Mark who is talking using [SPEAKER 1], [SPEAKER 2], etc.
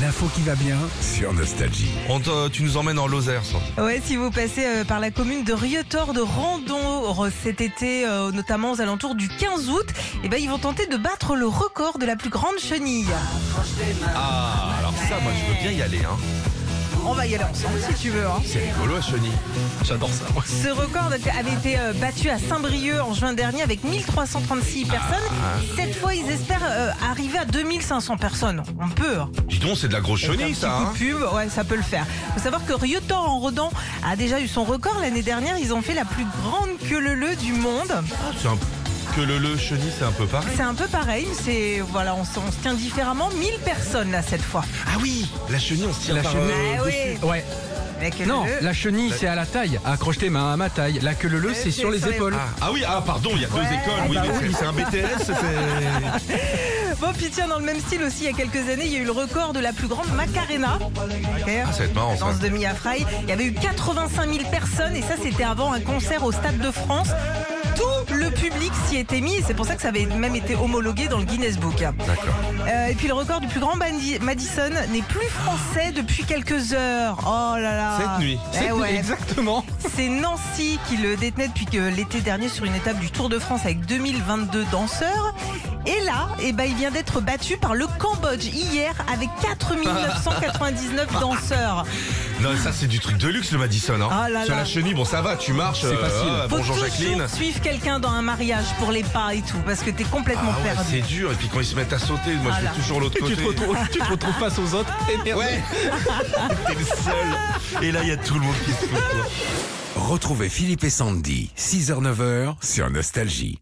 [SPEAKER 1] l'info qui va bien.
[SPEAKER 2] sur Nostalgie.
[SPEAKER 3] On te- tu nous emmènes en Lozère, ça.
[SPEAKER 4] Ouais, si vous passez euh, par la commune de Rieutort de Randon cet été, euh, notamment aux alentours du 15 août, eh ben, ils vont tenter de battre le record de la plus grande chenille.
[SPEAKER 3] Ah, alors ça, moi, je veux bien y aller. Hein.
[SPEAKER 4] On va y aller ensemble si tu veux. hein.
[SPEAKER 3] C'est rigolo, à Chenille. J'adore ça. moi.
[SPEAKER 4] Ce record avait été euh, battu à Saint-Brieuc en juin dernier avec 1336 personnes. Cette fois, ils espèrent euh, arriver à 2500 personnes. On peut. hein.
[SPEAKER 3] Dis donc, c'est de la grosse
[SPEAKER 4] Un
[SPEAKER 3] Chenille,
[SPEAKER 4] petit
[SPEAKER 3] ça.
[SPEAKER 4] coup
[SPEAKER 3] hein.
[SPEAKER 4] de pub, ouais, ça peut le faire. Faut savoir que Riotor en Rodan a déjà eu son record l'année dernière. Ils ont fait la plus grande queue leu du monde.
[SPEAKER 3] Ah, C'est un- Que le le Chenille, c'est un peu pareil.
[SPEAKER 4] C'est un peu pareil, mais c'est voilà, on, se- on se tient différemment. 1000 personnes là cette fois.
[SPEAKER 3] Ah oui, la Chenille, on se tire
[SPEAKER 1] La
[SPEAKER 3] par,
[SPEAKER 1] Chenille.
[SPEAKER 3] euh,
[SPEAKER 4] Ah oui.
[SPEAKER 3] dessus.
[SPEAKER 1] Ouais.
[SPEAKER 4] Avec
[SPEAKER 1] Non,
[SPEAKER 4] le-
[SPEAKER 1] la chenille, c'est à la taille. Accroche tes mains à ma taille. La queue leu, c'est sur les épaules.
[SPEAKER 3] Ah, ah oui, ah pardon, il y a deux écoles. Oui, mais c'est- c'est un BTS. c'est-
[SPEAKER 4] Bon, puis tiens, dans le même style aussi, il y a quelques années, il y a eu le record de la plus grande Macarena.
[SPEAKER 3] Ah, ça va être marrant, ça.
[SPEAKER 4] Danse de Mia Fry. Il y avait eu 85 000 personnes et ça, c'était avant un concert au Stade de France. Tout le public s'y était mis et c'est pour ça que ça avait même été homologué dans le Guinness Book.
[SPEAKER 3] D'accord.
[SPEAKER 4] Euh, et puis le record du plus grand Bandi- Madison n'est plus français depuis quelques heures. Oh là là.
[SPEAKER 3] Cette nuit.
[SPEAKER 4] Eh
[SPEAKER 1] C'est-
[SPEAKER 4] ouais.
[SPEAKER 1] Exactement.
[SPEAKER 4] C'est Nancy qui le détenait depuis que l'été dernier sur une étape du Tour de France avec 2022 danseurs. Et là, eh ben, il vient d'être battu par le Cambodge hier avec 4999 danseurs.
[SPEAKER 3] Non, ça, c'est du truc de luxe, le Madison. Hein.
[SPEAKER 4] Ah là
[SPEAKER 3] Sur
[SPEAKER 4] là.
[SPEAKER 3] la Chenille, bon, ça va, tu marches.
[SPEAKER 1] C'est
[SPEAKER 3] euh,
[SPEAKER 1] facile.
[SPEAKER 3] ah, bonjour,
[SPEAKER 4] Faut
[SPEAKER 3] Jacqueline.
[SPEAKER 4] toujours suivre quelqu'un dans un mariage pour les pas et tout, parce que t'es
[SPEAKER 3] Ah
[SPEAKER 4] complètement
[SPEAKER 3] ouais,
[SPEAKER 4] perdu.
[SPEAKER 3] c'est dur. Et puis quand ils se mettent à sauter, moi, je
[SPEAKER 4] Voilà.
[SPEAKER 3] vais toujours l'autre
[SPEAKER 1] Tu
[SPEAKER 3] côté.
[SPEAKER 1] te, retrouves, tu te retrouves face aux autres. Et merde.
[SPEAKER 3] Ouais. T'es le seul. Et là, il y a tout le monde qui se fout de toi.
[SPEAKER 2] Retrouvez Philippe et Sandy, 6h-9h sur Nostalgie.